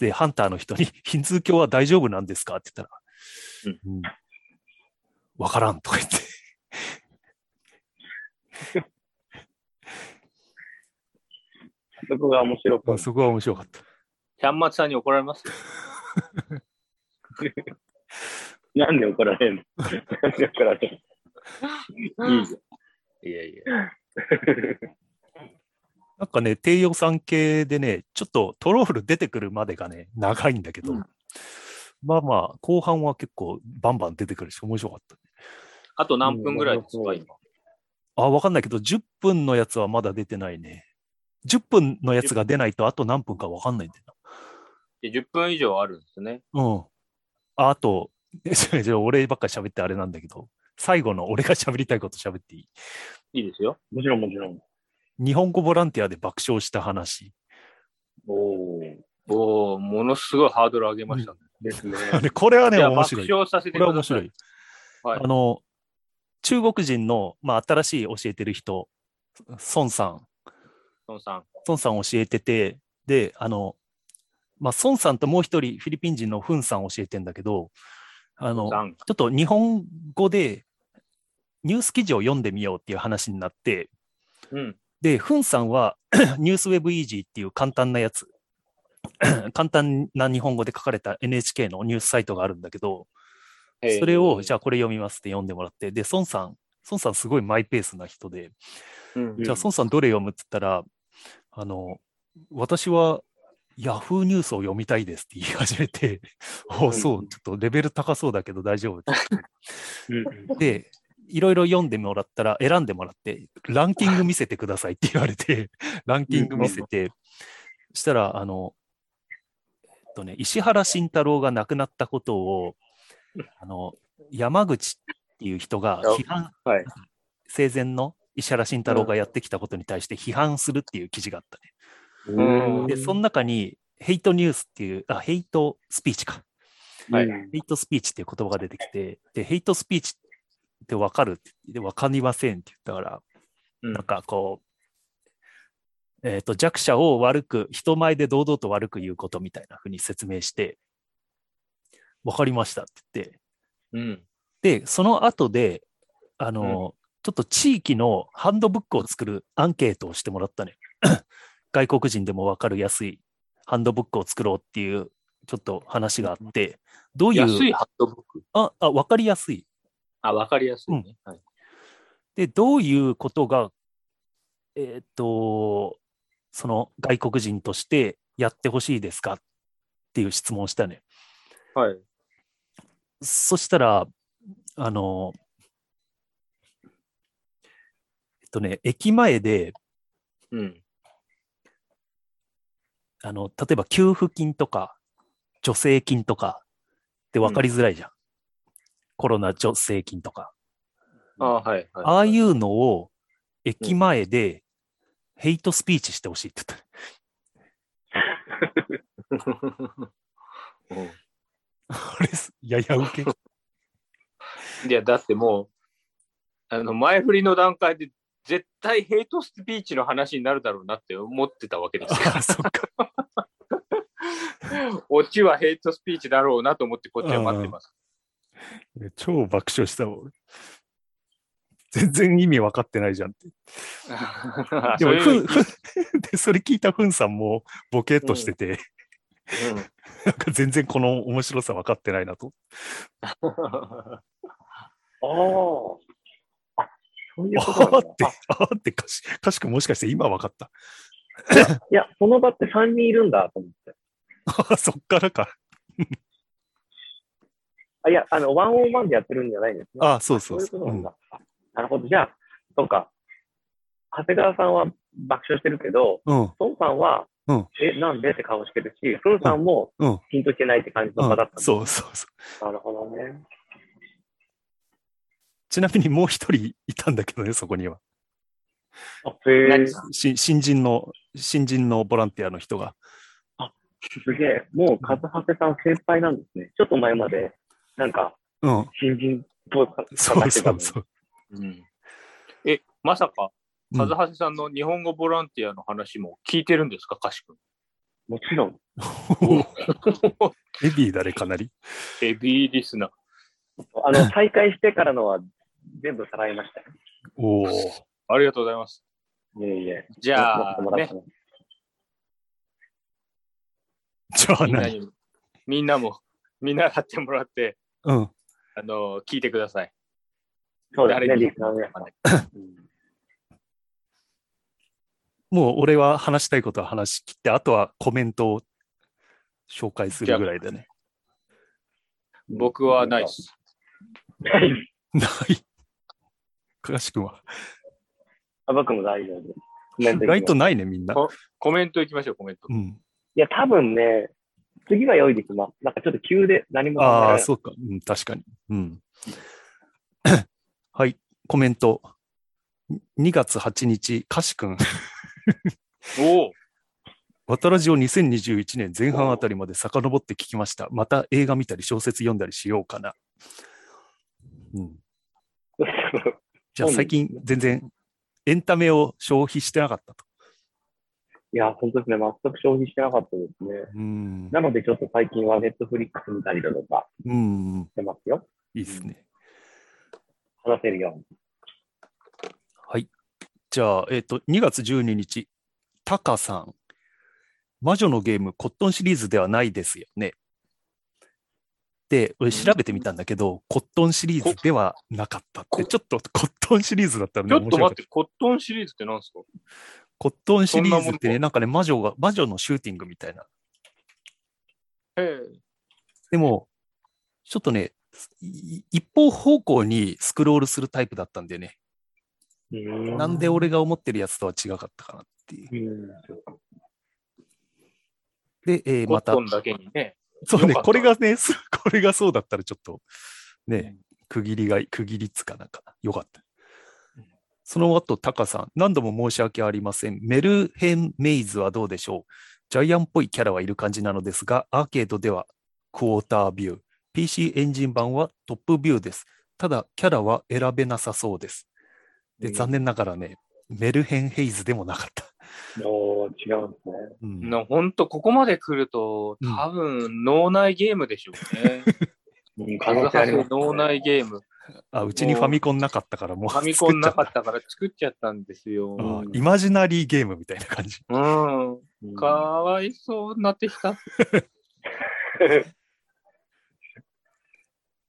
[SPEAKER 1] で、ハンターの人に、 [laughs] ヒンズー教は大丈夫なんですかって言ったら、うんわ、からんとか言って。
[SPEAKER 3] そこが面白く
[SPEAKER 1] まあそこは面白かった。
[SPEAKER 2] ちゃんまつさんに怒られますよ
[SPEAKER 3] なんで怒られるのなんで怒られるいいじ
[SPEAKER 2] いやいや。
[SPEAKER 1] なんかね、低予算系でね、ちょっとトロール出てくるまでがね、長いんだけど、
[SPEAKER 2] うん
[SPEAKER 1] まあまあ、後半は結構バンバン出てくるし、面白かった。
[SPEAKER 2] あと何分ぐらいですか、
[SPEAKER 3] うん
[SPEAKER 2] 今。
[SPEAKER 1] あ、わかんないけど、10分のやつはまだ出てないね。10分のやつが出ないと、あと何分かわかんないんだよ
[SPEAKER 2] で10分以上あるんですね。
[SPEAKER 1] な。うん。ああと、じゃあ俺ばっかり喋ってあれなんだけど、最後の俺が喋りたいこと喋っていい
[SPEAKER 2] いいですよ。
[SPEAKER 3] ん。もちろんもちろん。
[SPEAKER 1] 日本語ボランティアで爆笑した話。 [laughs]
[SPEAKER 3] おー。
[SPEAKER 2] おおものすごいハードル上げましたね。
[SPEAKER 3] で
[SPEAKER 2] [laughs]
[SPEAKER 3] すね。
[SPEAKER 1] あれこれはね、
[SPEAKER 2] じゃあ
[SPEAKER 1] 面
[SPEAKER 2] 爆
[SPEAKER 1] 白い。こ
[SPEAKER 2] 笑させてく
[SPEAKER 1] れは面
[SPEAKER 2] ださ
[SPEAKER 1] 白
[SPEAKER 2] い。
[SPEAKER 1] い。
[SPEAKER 2] はい
[SPEAKER 1] あの、中国人の、まあ、新しい教えてる人、孫さん。
[SPEAKER 2] 孫さん。
[SPEAKER 1] 孫さん教えてて、で、あの、まあ、孫さんともう一人、フィリピン人のフンさん教えてんだけど、あの、ち
[SPEAKER 2] さ
[SPEAKER 1] ょ
[SPEAKER 2] ん。
[SPEAKER 1] っと日本語でニュース記事を読んでみようっていう話になって、
[SPEAKER 2] うん。
[SPEAKER 1] で、フンさんは [clears throat] ニュースウェブイージーっていう簡単なやつ、 [clears throat] 簡単な日本語で書かれた NHK のニュースサイトがあるんだけど、それを、じゃあこれ読みますって読んでもらって、で、孫さん、孫さんすごいマイペースな人で、
[SPEAKER 2] あ、うん
[SPEAKER 1] じゃあ孫さんどれ読むって言ったら、あの、私はヤフーニュースを読みたいですって言い始めて、おうそう、ちょっとレベル高そうだけど大丈夫って
[SPEAKER 3] うん
[SPEAKER 1] で、いろいろ読んでもらったら、選んでもらって、ランキング見せてくださいって言われ
[SPEAKER 2] [laughs]
[SPEAKER 1] て、ランキング見せて、そしたら、あの、えっとね、石原慎太郎が亡くなったことを、あの、山口っていう人が批判、
[SPEAKER 2] はい
[SPEAKER 1] 生前の石原慎太郎がやってきたことに対して批判するっていう記事があった
[SPEAKER 2] うん
[SPEAKER 1] ね。で、その中に、ヘイトニュースっていう、あ、ヘイトスピーチか。
[SPEAKER 2] はい
[SPEAKER 1] ヘイトスピーチっていう言葉が出てきて、で、ヘイトスピーチってわかるって言って、わかりませんって言ったから、
[SPEAKER 2] うん
[SPEAKER 1] なんかこう、えっ、と、弱者を悪く、人前で堂々と悪く言うことみたいな風に説明して、わかりましたって言って、
[SPEAKER 2] うん。
[SPEAKER 1] で、その後で、あの、ちょっと地域のハンドブックを作るアンケートをしてもらったね。 [clears throat] 外国人でもわかる安いハンドブックを作ろうっていう、ちょっと話があって、どういう。
[SPEAKER 2] 安いハットブック。
[SPEAKER 1] あ、あ、わかりやすい。
[SPEAKER 2] あ、わかりやすいね。はい
[SPEAKER 1] で、どういうことが、えっ、と、その外国人としてやってほしいですかっていう質問をしたね。
[SPEAKER 2] はい。
[SPEAKER 1] そしたら、あの、えっとね、駅前で、
[SPEAKER 2] うん。
[SPEAKER 1] あの、例えば給付金とか、助成金とかって分かりづらいじゃん。コロナ助成金とか。
[SPEAKER 2] ああ、はい、はい。
[SPEAKER 1] ああいうのを、駅前で、ヘイトスピーチしてほしいって言った。
[SPEAKER 2] うん。
[SPEAKER 1] あれ、やや受け。
[SPEAKER 2] い [laughs] や、だってもう、あの前振りの段階で、絶対ヘイトスピーチの話になるだろうなって思ってたわけ
[SPEAKER 1] [laughs]
[SPEAKER 2] ですよ。
[SPEAKER 1] あそっか。
[SPEAKER 2] オチはヘイトスピーチだろうなと思って、こっちは待ってます。
[SPEAKER 1] 超爆笑したわ、俺全然意味分かってないじゃんって。でも、
[SPEAKER 2] [laughs] そうい
[SPEAKER 1] ふ
[SPEAKER 2] うん
[SPEAKER 1] ふん [laughs] でそれ聞いたふんさんもボケっとしてて、なんか全然この面白さ分かってないなと。
[SPEAKER 3] ああ。あ、そういうこと
[SPEAKER 1] ああ
[SPEAKER 3] なん
[SPEAKER 1] っ
[SPEAKER 3] だ
[SPEAKER 1] て、ああってかし、かしくもしかして今分かった。
[SPEAKER 3] いや、その場って3人いるんだと思って。
[SPEAKER 1] あそっからか。
[SPEAKER 3] あ、いや、あの、ワンオンワンでやってるんじゃないんですね。
[SPEAKER 1] あそうそ
[SPEAKER 3] そう
[SPEAKER 1] そう。
[SPEAKER 3] ういうことなん
[SPEAKER 1] うん
[SPEAKER 3] だ。あなるほど。じゃあ、そうか。長谷川さんは爆笑してるけど、
[SPEAKER 1] うん。
[SPEAKER 3] 孫さんは、
[SPEAKER 1] うん
[SPEAKER 3] え、なんでって顔してるし、ふんさんも、
[SPEAKER 1] うんうん
[SPEAKER 3] ピンとしてないって感じの
[SPEAKER 1] う
[SPEAKER 3] 場
[SPEAKER 1] ん
[SPEAKER 3] だったんだ、
[SPEAKER 1] そうそうそう。
[SPEAKER 3] なるほどね。
[SPEAKER 1] ちなみにもう一人いたんだけどね、そこには。
[SPEAKER 3] あ、へえ、
[SPEAKER 2] 何
[SPEAKER 3] す
[SPEAKER 1] し新人の、新人のボランティアの人が。
[SPEAKER 3] げえ。もう、和長さん先輩なんですね。ちょっと前まで、なんか、
[SPEAKER 1] うん。
[SPEAKER 3] 新人っぽい感じ
[SPEAKER 1] そう
[SPEAKER 3] して
[SPEAKER 1] そ
[SPEAKER 3] たの
[SPEAKER 1] う
[SPEAKER 3] に
[SPEAKER 1] そう。
[SPEAKER 2] うんえ、まさか、
[SPEAKER 1] うん
[SPEAKER 2] カズハセさんの日本語ボランティアの話も聞いてるんですか、カシ君。
[SPEAKER 3] もちろん。
[SPEAKER 1] ヘビーだね、かなり。
[SPEAKER 2] [laughs] ヘビーリスナー。
[SPEAKER 1] [laughs]
[SPEAKER 3] あの、再開してからのは、全部さらいましたよ。
[SPEAKER 1] おお。
[SPEAKER 2] ありがとうございます。
[SPEAKER 3] いえいえ。
[SPEAKER 2] じゃあ、
[SPEAKER 3] もっともら
[SPEAKER 2] ね
[SPEAKER 3] った、
[SPEAKER 1] じゃ
[SPEAKER 3] の
[SPEAKER 1] あ
[SPEAKER 2] みんな
[SPEAKER 1] 何
[SPEAKER 2] にも、みんなも、見習ってもらって、
[SPEAKER 1] うん。
[SPEAKER 2] あの、聞いてください。
[SPEAKER 3] そうですね、
[SPEAKER 2] 誰に
[SPEAKER 3] リスナーの皆さん。
[SPEAKER 2] [laughs]
[SPEAKER 1] もう俺は話したいことは話し切って、あとはコメントを紹介するぐらいだね。
[SPEAKER 2] 僕はないです。
[SPEAKER 3] ないです。
[SPEAKER 1] ない。かしくんは。
[SPEAKER 3] あ僕も大丈夫です。コメントいきま
[SPEAKER 1] ラ
[SPEAKER 3] す
[SPEAKER 1] イトないね、みんな。
[SPEAKER 2] コメントいきましょう、コメント
[SPEAKER 1] う。ん。
[SPEAKER 3] いや、多分ね、次が良いです。まあ、なんかちょっと急で何も考えられ
[SPEAKER 1] あ
[SPEAKER 3] な
[SPEAKER 1] あ、
[SPEAKER 3] い
[SPEAKER 1] そうか。うん、確かに。うん。はい、コメント。2月8日、かしくん。
[SPEAKER 2] おお
[SPEAKER 1] わたらじを2021年前半あたりまで遡って聞きました。また映画見たり小説読んだりしようかな。うん、じゃあ
[SPEAKER 3] そうな
[SPEAKER 1] 最
[SPEAKER 3] んですね
[SPEAKER 1] 近全然エンタメを消費してなかったと。
[SPEAKER 3] [laughs] いや、本当ですね。全く消費してなかったですね。
[SPEAKER 1] うん。
[SPEAKER 3] なので、ちょっと最近はネットフリックス見たりだとか
[SPEAKER 1] うん、い
[SPEAKER 3] してますよ。
[SPEAKER 1] いですね。
[SPEAKER 3] 話せるように。
[SPEAKER 1] じゃあ、えっ、と、2月12日、タカさん。魔女のゲーム、コットンシリーズではないですよね。で、俺調べてみたんだけど、コットンシリーズではなかったって、
[SPEAKER 2] こ
[SPEAKER 1] ちょっとコットンシリーズだったら
[SPEAKER 2] ち
[SPEAKER 1] ね、
[SPEAKER 2] ょっ
[SPEAKER 1] 面
[SPEAKER 2] と
[SPEAKER 1] 白
[SPEAKER 2] 待
[SPEAKER 1] かっ
[SPEAKER 2] っ
[SPEAKER 1] た
[SPEAKER 2] て、コットンシリーズって何ですか
[SPEAKER 1] コットンシリーズって
[SPEAKER 2] そんなも
[SPEAKER 1] ね、
[SPEAKER 2] の
[SPEAKER 1] なんかね、魔女が、魔女のシューティングみたいな。
[SPEAKER 2] え
[SPEAKER 1] でも、ちょっとね、い一方方向にスクロールするタイプだったんだよね。なんで俺が思ってるやつとは違かったかなっていう。
[SPEAKER 3] うん
[SPEAKER 1] で、え
[SPEAKER 2] え
[SPEAKER 1] ー
[SPEAKER 2] コ
[SPEAKER 1] ま
[SPEAKER 2] ッ
[SPEAKER 1] た
[SPEAKER 2] ト、ンだけにね。
[SPEAKER 1] そうね、
[SPEAKER 2] よかった
[SPEAKER 1] これがね、すこれがそうだったらちょっと、ね、区切りが、区切りつかなんか、よかった。その後、タカさん、何度も申し訳ありません。メルヘン・メイズはどうでしょうジャイアンっぽいキャラはいる感じなのですが、アーケードではクォータービュー、PC エンジン版はトップビューです。ただ、キャラは選べなさそうです。で、
[SPEAKER 2] うん
[SPEAKER 1] 残念ながらね、メルヘン・ヘイズでもなかった。
[SPEAKER 3] おー違うんですね。
[SPEAKER 1] うん
[SPEAKER 2] なほんと、ここまで来ると、
[SPEAKER 1] うん
[SPEAKER 2] 多分、脳内ゲームでしょう
[SPEAKER 1] [laughs]
[SPEAKER 2] ね。
[SPEAKER 3] うん
[SPEAKER 2] カ
[SPEAKER 3] 可
[SPEAKER 2] ズ
[SPEAKER 3] 能性あ
[SPEAKER 2] ハ
[SPEAKER 3] り
[SPEAKER 2] セ
[SPEAKER 3] ますね
[SPEAKER 2] 脳内ゲーム。
[SPEAKER 1] あうちにファミコンなかったから、もう
[SPEAKER 2] ファミコンなかったから作っちゃったんですよ。
[SPEAKER 1] ああイマジナリーゲームみたいな感じ。
[SPEAKER 2] うん。
[SPEAKER 3] うん
[SPEAKER 2] かわい [laughs] そうになってきた。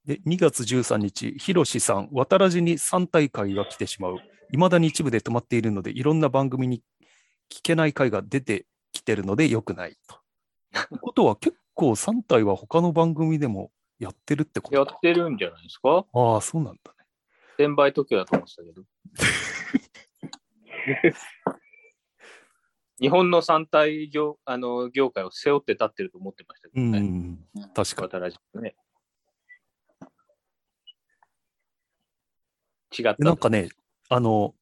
[SPEAKER 1] で、2月13日、ヒロシさん、渡らじに3大会が来てしまう。未だに一部で止まっているので、いろんな番組に聞けない回が出てきてるので良くないと。ということは結構3体は他の番組でもやってるってこと
[SPEAKER 2] やってるんじゃないですか
[SPEAKER 1] ああ、そうなんだね。
[SPEAKER 2] 転売時計だと思ってたけど。日本の三体業あの業界を背負って立ってると思ってましたけ
[SPEAKER 1] う
[SPEAKER 2] どね。
[SPEAKER 1] ん、確かに。
[SPEAKER 2] 新しくね。違った
[SPEAKER 1] でなんかね、あの、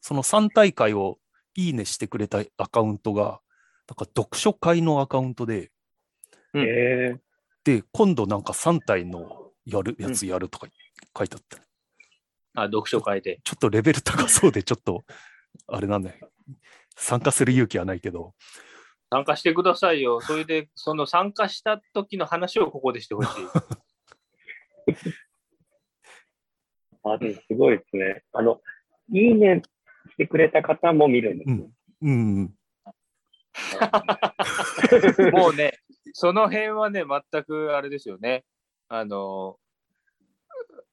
[SPEAKER 1] その3大会をいいねしてくれたアカウントが、なんか読書会のアカウントで、
[SPEAKER 2] うん
[SPEAKER 3] えー、
[SPEAKER 1] で、今度なんか3体のやるやつやるとか書いてあった、
[SPEAKER 2] あ、読書会で。
[SPEAKER 1] ちょっとレベル高そうで、ちょっと、あれなんだよ。参加する勇気はないけど、
[SPEAKER 2] 参加してくださいよ。それで、その参加した時の話をここでしてほしい。
[SPEAKER 3] あ、でもすごいですね。あの、いいねしてくれた方も見るんですね。
[SPEAKER 1] うん、 [laughs]
[SPEAKER 2] もうね、その辺はね、全くあれですよね。あの、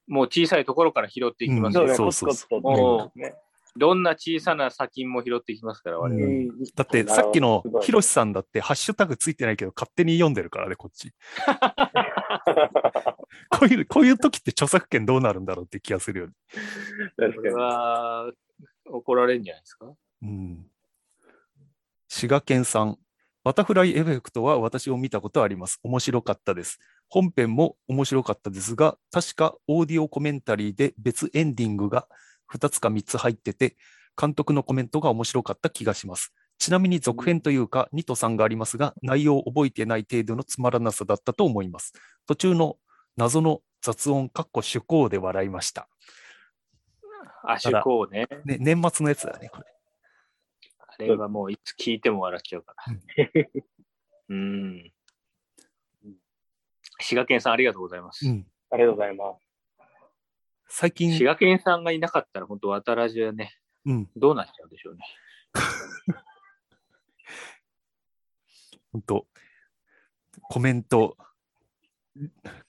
[SPEAKER 2] もう小さいところから拾ってい
[SPEAKER 3] [laughs]
[SPEAKER 2] きます
[SPEAKER 1] うん
[SPEAKER 2] よ。
[SPEAKER 3] だから
[SPEAKER 1] そうそ
[SPEAKER 3] コ
[SPEAKER 1] う
[SPEAKER 3] ツコ
[SPEAKER 2] そ
[SPEAKER 3] ツと
[SPEAKER 2] う
[SPEAKER 3] ね。
[SPEAKER 2] どんな小さな砂金も拾っていきますから、我
[SPEAKER 1] う
[SPEAKER 2] 々。
[SPEAKER 1] ん
[SPEAKER 3] うん
[SPEAKER 1] だってさっきの
[SPEAKER 3] なるほど
[SPEAKER 1] ひ
[SPEAKER 3] [laughs]
[SPEAKER 1] ろしさんだって、ハッシュタグついてないけど、勝手に読んでるからね、こっち。こういう、こういう時って著作権どうなるんだろうって気がするよね。
[SPEAKER 2] こ
[SPEAKER 3] 確か
[SPEAKER 2] れ
[SPEAKER 3] に。
[SPEAKER 2] は怒られるんじゃないですか
[SPEAKER 1] うん。滋賀県さん、バタフライエフェクトは私を見たことあります。面白かったです。本編も面白かったですが、確かオーディオコメンタリーで別エンディングが2つか3つ入ってて、監督のコメントが面白かった気がします。ちなみに続編というか、2と3がありますが、内容を覚えてない程度のつまらなさだったと思います。途中の謎の雑音、かっこ趣向で笑いました。
[SPEAKER 2] あ、趣向ね。
[SPEAKER 1] ね、年末のやつだね、これ。
[SPEAKER 2] あれはもういつ聞いても笑っちゃうから。 [laughs] うん。滋賀県さんありがとうございます。
[SPEAKER 1] うん。
[SPEAKER 3] ありがとうございます。
[SPEAKER 1] 最近
[SPEAKER 2] 滋、賀県さんがいなかったら、本当渡らじはね、
[SPEAKER 1] うん、
[SPEAKER 2] どうなっちゃうんでしょうね。
[SPEAKER 1] 本当コメント、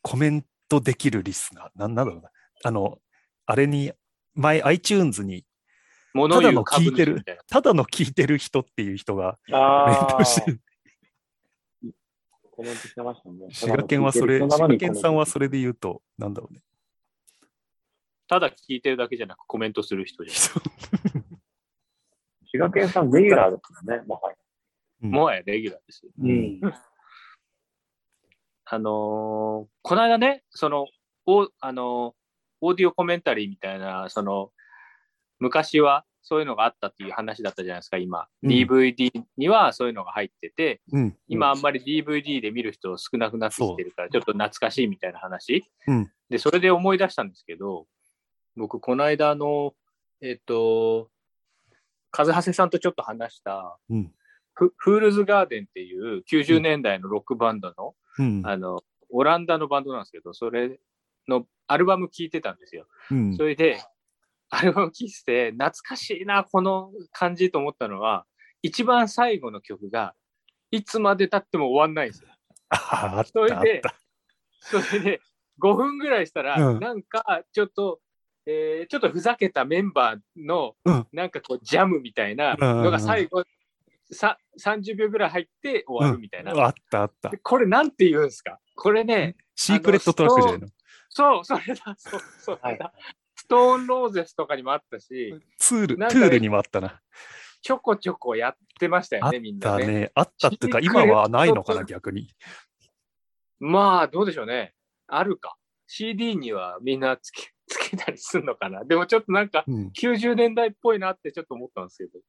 [SPEAKER 1] コメントできるリスナー、なんなんだろうな。あの、あれに、前 iTunes に、
[SPEAKER 2] 物言う株主みたいな。
[SPEAKER 1] ただの聞いてる人っていう人がコメン
[SPEAKER 3] あ
[SPEAKER 1] トして
[SPEAKER 3] あ、
[SPEAKER 1] る、
[SPEAKER 3] コメントしてましたね。
[SPEAKER 1] 滋賀県はそれ、
[SPEAKER 3] た
[SPEAKER 1] 滋
[SPEAKER 3] だの聞
[SPEAKER 1] 賀
[SPEAKER 3] いてる
[SPEAKER 1] 県さんはそれで言うと、なんだろうね。
[SPEAKER 2] ただ聞いてるだけじゃなくコメントする人じゃん。
[SPEAKER 3] 滋賀県さん、レギュラーですよね、もはや。
[SPEAKER 1] うん
[SPEAKER 2] もはやレギュラーですよ。
[SPEAKER 1] うん。
[SPEAKER 2] あのーこの間ね、その、おあのーオーディオコメンタリーみたいな、その、昔はそういうのがあったっていう話だったじゃないですか、今。
[SPEAKER 1] うん
[SPEAKER 2] DVD にはそういうのが入ってて、
[SPEAKER 1] うん。
[SPEAKER 2] 今あんまり DVD で見る人少なくなってきてるから、ちょっと懐かしいみたいな話。
[SPEAKER 1] うん
[SPEAKER 2] で、それで思い出したんですけど、僕、この間、あの、えっと、風長さんとちょっと話した、
[SPEAKER 1] うん。
[SPEAKER 2] フフールズガーデンっていう90年代のロックバンドの、
[SPEAKER 1] うん。
[SPEAKER 2] あの、オランダのバンドなんですけど、それのアルバム聴いてたんですよ。
[SPEAKER 1] うん
[SPEAKER 2] そ。れで、アルバム聴いてて、懐かしいな、この感じと思ったのは、一番最後の曲が、いつまで経っても終わんないんですよ。
[SPEAKER 1] ああっ
[SPEAKER 2] それ
[SPEAKER 1] たあっ
[SPEAKER 2] で
[SPEAKER 1] た。
[SPEAKER 2] それで、5分ぐらいしたら、
[SPEAKER 1] うん
[SPEAKER 2] なんか、ちょっと、えーちょっとふざけたメンバーの
[SPEAKER 1] うん、
[SPEAKER 2] なんかこう、ジャムみたいなのが最後、さ30秒ぐらい入って終わるみたいな。
[SPEAKER 1] あったあった
[SPEAKER 2] で。これなんて言うんですかこれね、
[SPEAKER 1] シークレットトラックじゃないの。
[SPEAKER 2] そう、それだ、そう、それだ。ストーンローゼスとかにもあったし、
[SPEAKER 1] ツール、ト
[SPEAKER 2] なん
[SPEAKER 1] ゥ
[SPEAKER 2] かね
[SPEAKER 1] ールにもあったな。
[SPEAKER 2] ちょこちょこやってました
[SPEAKER 1] あ
[SPEAKER 2] よ
[SPEAKER 1] っ
[SPEAKER 2] ね、みんな
[SPEAKER 1] た
[SPEAKER 2] ね。
[SPEAKER 1] ね。あったっていうか、
[SPEAKER 2] シーク
[SPEAKER 1] 今
[SPEAKER 2] レット
[SPEAKER 1] はないのかな、逆に。
[SPEAKER 2] まあ、どうでしょうね。あるか。CD にはみんなつけ [laughs] つけたりするのかな。でもちょっとなんか、
[SPEAKER 1] うん。
[SPEAKER 2] 90年代っぽいなってちょっと思ったんですけど。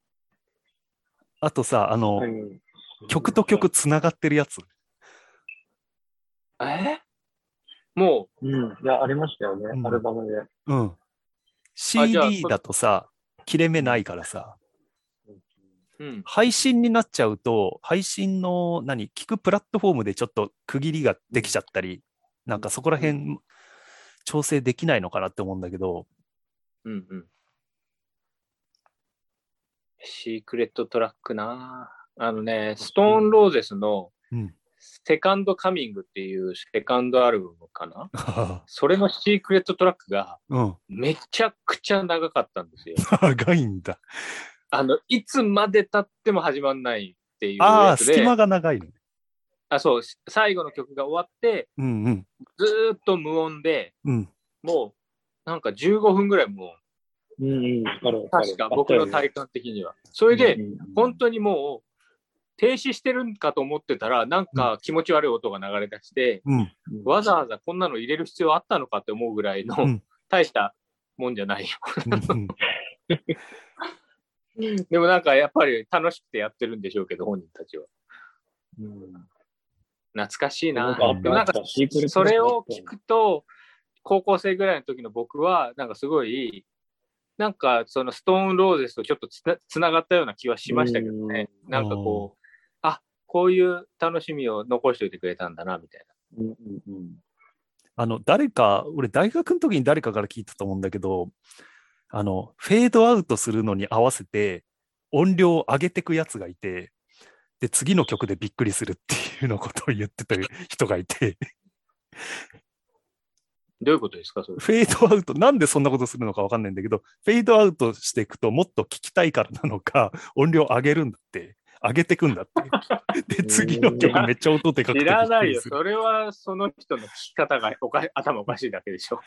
[SPEAKER 1] あとさ、あの、
[SPEAKER 3] うん
[SPEAKER 1] 曲と曲つながってるやつ。
[SPEAKER 2] えも
[SPEAKER 3] うん。いや、ありましたよね
[SPEAKER 1] う、ん
[SPEAKER 3] アルバムで。
[SPEAKER 1] うん。
[SPEAKER 2] じゃあ
[SPEAKER 1] CD だとさ、切れ目ないからさ、
[SPEAKER 2] う、うん。
[SPEAKER 1] 配信になっちゃうと、配信の何、聞くプラットフォームでちょっと区切りができちゃったり、なんかそこら辺、調整できないのかなって思うんだけ [laughs] ど、
[SPEAKER 2] うんうん。シークレットトラックなあのね、ストーンローゼスの
[SPEAKER 1] うん
[SPEAKER 2] セカンドカミングっていうセカンドアルバムかなそれのシークレットトラックが
[SPEAKER 1] うん。
[SPEAKER 2] めちゃくちゃ長かったんですよ。
[SPEAKER 1] 長いんだ。
[SPEAKER 2] あの、いつまで経っても始まんないっていう
[SPEAKER 1] あ
[SPEAKER 2] や
[SPEAKER 1] あ、
[SPEAKER 2] つで、
[SPEAKER 1] 隙間が長いのね。
[SPEAKER 2] あそう、最後の曲が終わって、
[SPEAKER 1] うんうん。
[SPEAKER 2] ずーっと無音で、
[SPEAKER 1] うん。
[SPEAKER 2] もうなんか15分ぐらい無音。
[SPEAKER 3] うんうん、わかるわかる
[SPEAKER 2] 確か僕の体感的には。それで、、本当にもう、停止してるんかと思ってたら、なんか気持ち悪い音が流れ出して、
[SPEAKER 1] うん。
[SPEAKER 2] わざわざこんなの入れる必要あったのかって思うぐらいの、
[SPEAKER 1] うん
[SPEAKER 2] 大したもんじゃないよ。
[SPEAKER 1] [laughs] うん
[SPEAKER 2] でもなんかやっぱり楽しくてやってるんでしょうけど、本人たちは。懐かしいな。
[SPEAKER 1] なんか
[SPEAKER 2] でもなんか、それを聞くと、高校生ぐらいの時の僕は、なんかすごい、なんかそのストーンローゼスとちょっとつなつながったような気はしましたけどね。なんかこう、あこういう楽しみを残しておいてくれたんだな、みたいな。
[SPEAKER 3] うんうんうん
[SPEAKER 1] あの、誰か、俺大学の時に誰かから聞いたと思うんだけど、あの、フェードアウトするのに合わせて音量を上げてくやつがいて、で、次の曲でびっくりするっていうのことを言ってた人がいて、 [laughs]
[SPEAKER 2] どういうことですか、それ。
[SPEAKER 1] フェードアウト、なんでそんなことするのかわかんないんだけど、フェードアウトしていくともっと聞きたいからなのか、音量上げるんだって、上げてくんだ
[SPEAKER 2] [laughs]
[SPEAKER 1] って。で、次の曲めっちゃ音でかくてびっくりする。
[SPEAKER 2] 知らないよ。それはその人の聞き方がおか頭おかしいだけでしょ。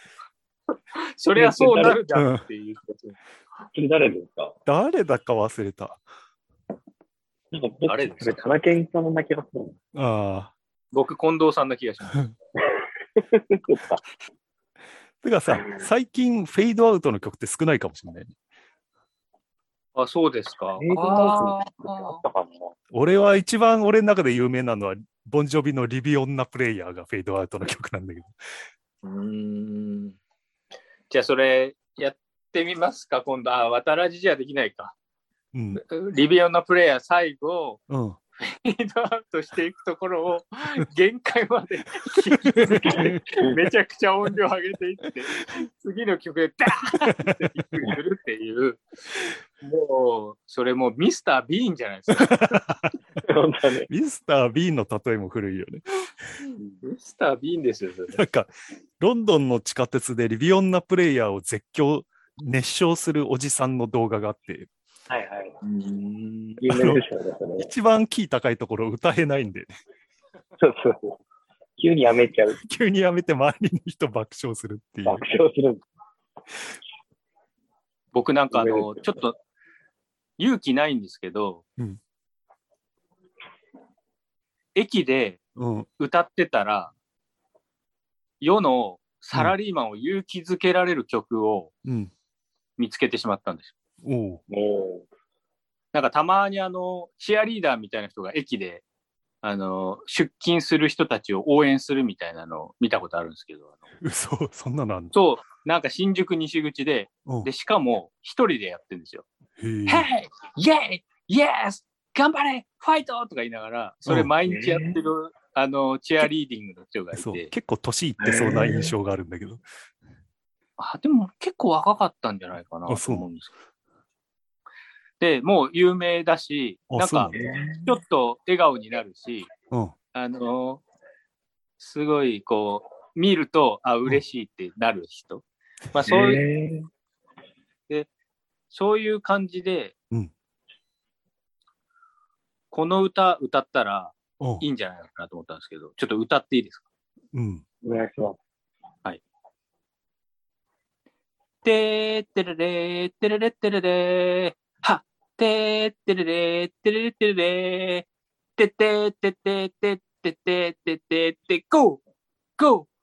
[SPEAKER 2] そりゃそうなるじゃんっていうこと。
[SPEAKER 3] それ誰ですか
[SPEAKER 1] 誰だか忘れた。
[SPEAKER 3] なんか僕
[SPEAKER 2] あれです
[SPEAKER 3] それ、田中健さんの泣きがするの。
[SPEAKER 1] あ
[SPEAKER 2] 僕、近藤さんな気がします。
[SPEAKER 3] そっか
[SPEAKER 1] あ。てかさ、最近フェードアウトの曲って少ないかもしれない。
[SPEAKER 2] あ、そうですか。
[SPEAKER 3] 映像
[SPEAKER 2] あ
[SPEAKER 3] ダンスの時あ
[SPEAKER 2] ー
[SPEAKER 3] ったかな
[SPEAKER 1] 俺は一番俺の中で有名なのは、ボンジョビのリビオンナプレイヤーがフェードアウトの曲なんだけど。
[SPEAKER 2] うーん。じゃあ、それやってみますか、今度。あ、渡らじじゃできないか。
[SPEAKER 1] うん。
[SPEAKER 2] リビオンのプレイヤー最後、
[SPEAKER 1] うん。
[SPEAKER 2] フィードアウトしていくところを限界まで聞き続けてめちゃくちゃ音量上げていって、次の曲でダーンってびっくりするっていう、もう、それもうミスター・ビーンじゃないですか。
[SPEAKER 3] 本当ね。
[SPEAKER 1] ミスター・ビーンの例えも古いよね。
[SPEAKER 2] ミスター・ビーンですよ、それ。
[SPEAKER 1] なんか、ロンドンの地下鉄でリビオンナプレイヤーを絶叫、熱唱するおじさんの動画があって、
[SPEAKER 3] [laughs] はいはい。
[SPEAKER 2] うん
[SPEAKER 3] 有名でしょ、それ。
[SPEAKER 1] 一番キー高いところ歌えないんで、
[SPEAKER 3] そうそう。急にやめちゃう。
[SPEAKER 1] 急にやめて周りの人爆笑するっていう。
[SPEAKER 3] 爆笑する。
[SPEAKER 2] 僕なんかあの、ちょっと勇気ないんですけど、
[SPEAKER 1] うん
[SPEAKER 2] 駅で
[SPEAKER 1] うん。
[SPEAKER 2] 歌ってたら、世のサラリーマンを勇気づけられる曲を
[SPEAKER 1] うん。
[SPEAKER 2] 見つけてしまったんですよ。
[SPEAKER 1] おう。
[SPEAKER 3] も
[SPEAKER 2] なんかたまにあの、チアリーダーみたいな人が駅で、あの、出勤する人たちを応援するみたいなのを見たことあるんですけど、あの
[SPEAKER 1] 嘘、そんなのあんの
[SPEAKER 2] そう、なんか新宿西口で、
[SPEAKER 1] うん
[SPEAKER 2] で、しかも一人でやってるんですよ。
[SPEAKER 1] へえ
[SPEAKER 2] Hey! イェイイエス頑張れファイトとか言いながら、それ毎日やってる、あの、チアリーディングの人がい
[SPEAKER 1] そう
[SPEAKER 2] て、
[SPEAKER 1] 結構年いってそうな印象があるんだけど。
[SPEAKER 2] あ、でも結構若かったんじゃないかな
[SPEAKER 1] あ
[SPEAKER 2] と
[SPEAKER 1] そう
[SPEAKER 2] 思うんですけど。で、もう有名だし、
[SPEAKER 1] あ
[SPEAKER 2] なんか
[SPEAKER 1] そう、
[SPEAKER 2] ちょっと笑顔になるし、
[SPEAKER 1] うん。
[SPEAKER 2] あの、すごい、こう、見ると、あ、嬉しいってなる人。まあ、
[SPEAKER 3] う、
[SPEAKER 2] そういう、
[SPEAKER 3] え
[SPEAKER 2] そういう感じで、
[SPEAKER 1] うん
[SPEAKER 2] この歌歌ったら
[SPEAKER 1] うん
[SPEAKER 2] いいんじゃないかなと思ったんですけど、ちょっと歌っていいですか
[SPEAKER 1] うん。
[SPEAKER 3] お願いします。
[SPEAKER 2] てーってれれーってれれってれれーはっってーってれれーってれれってれれーてってーてってーてってってってってってゴーゴー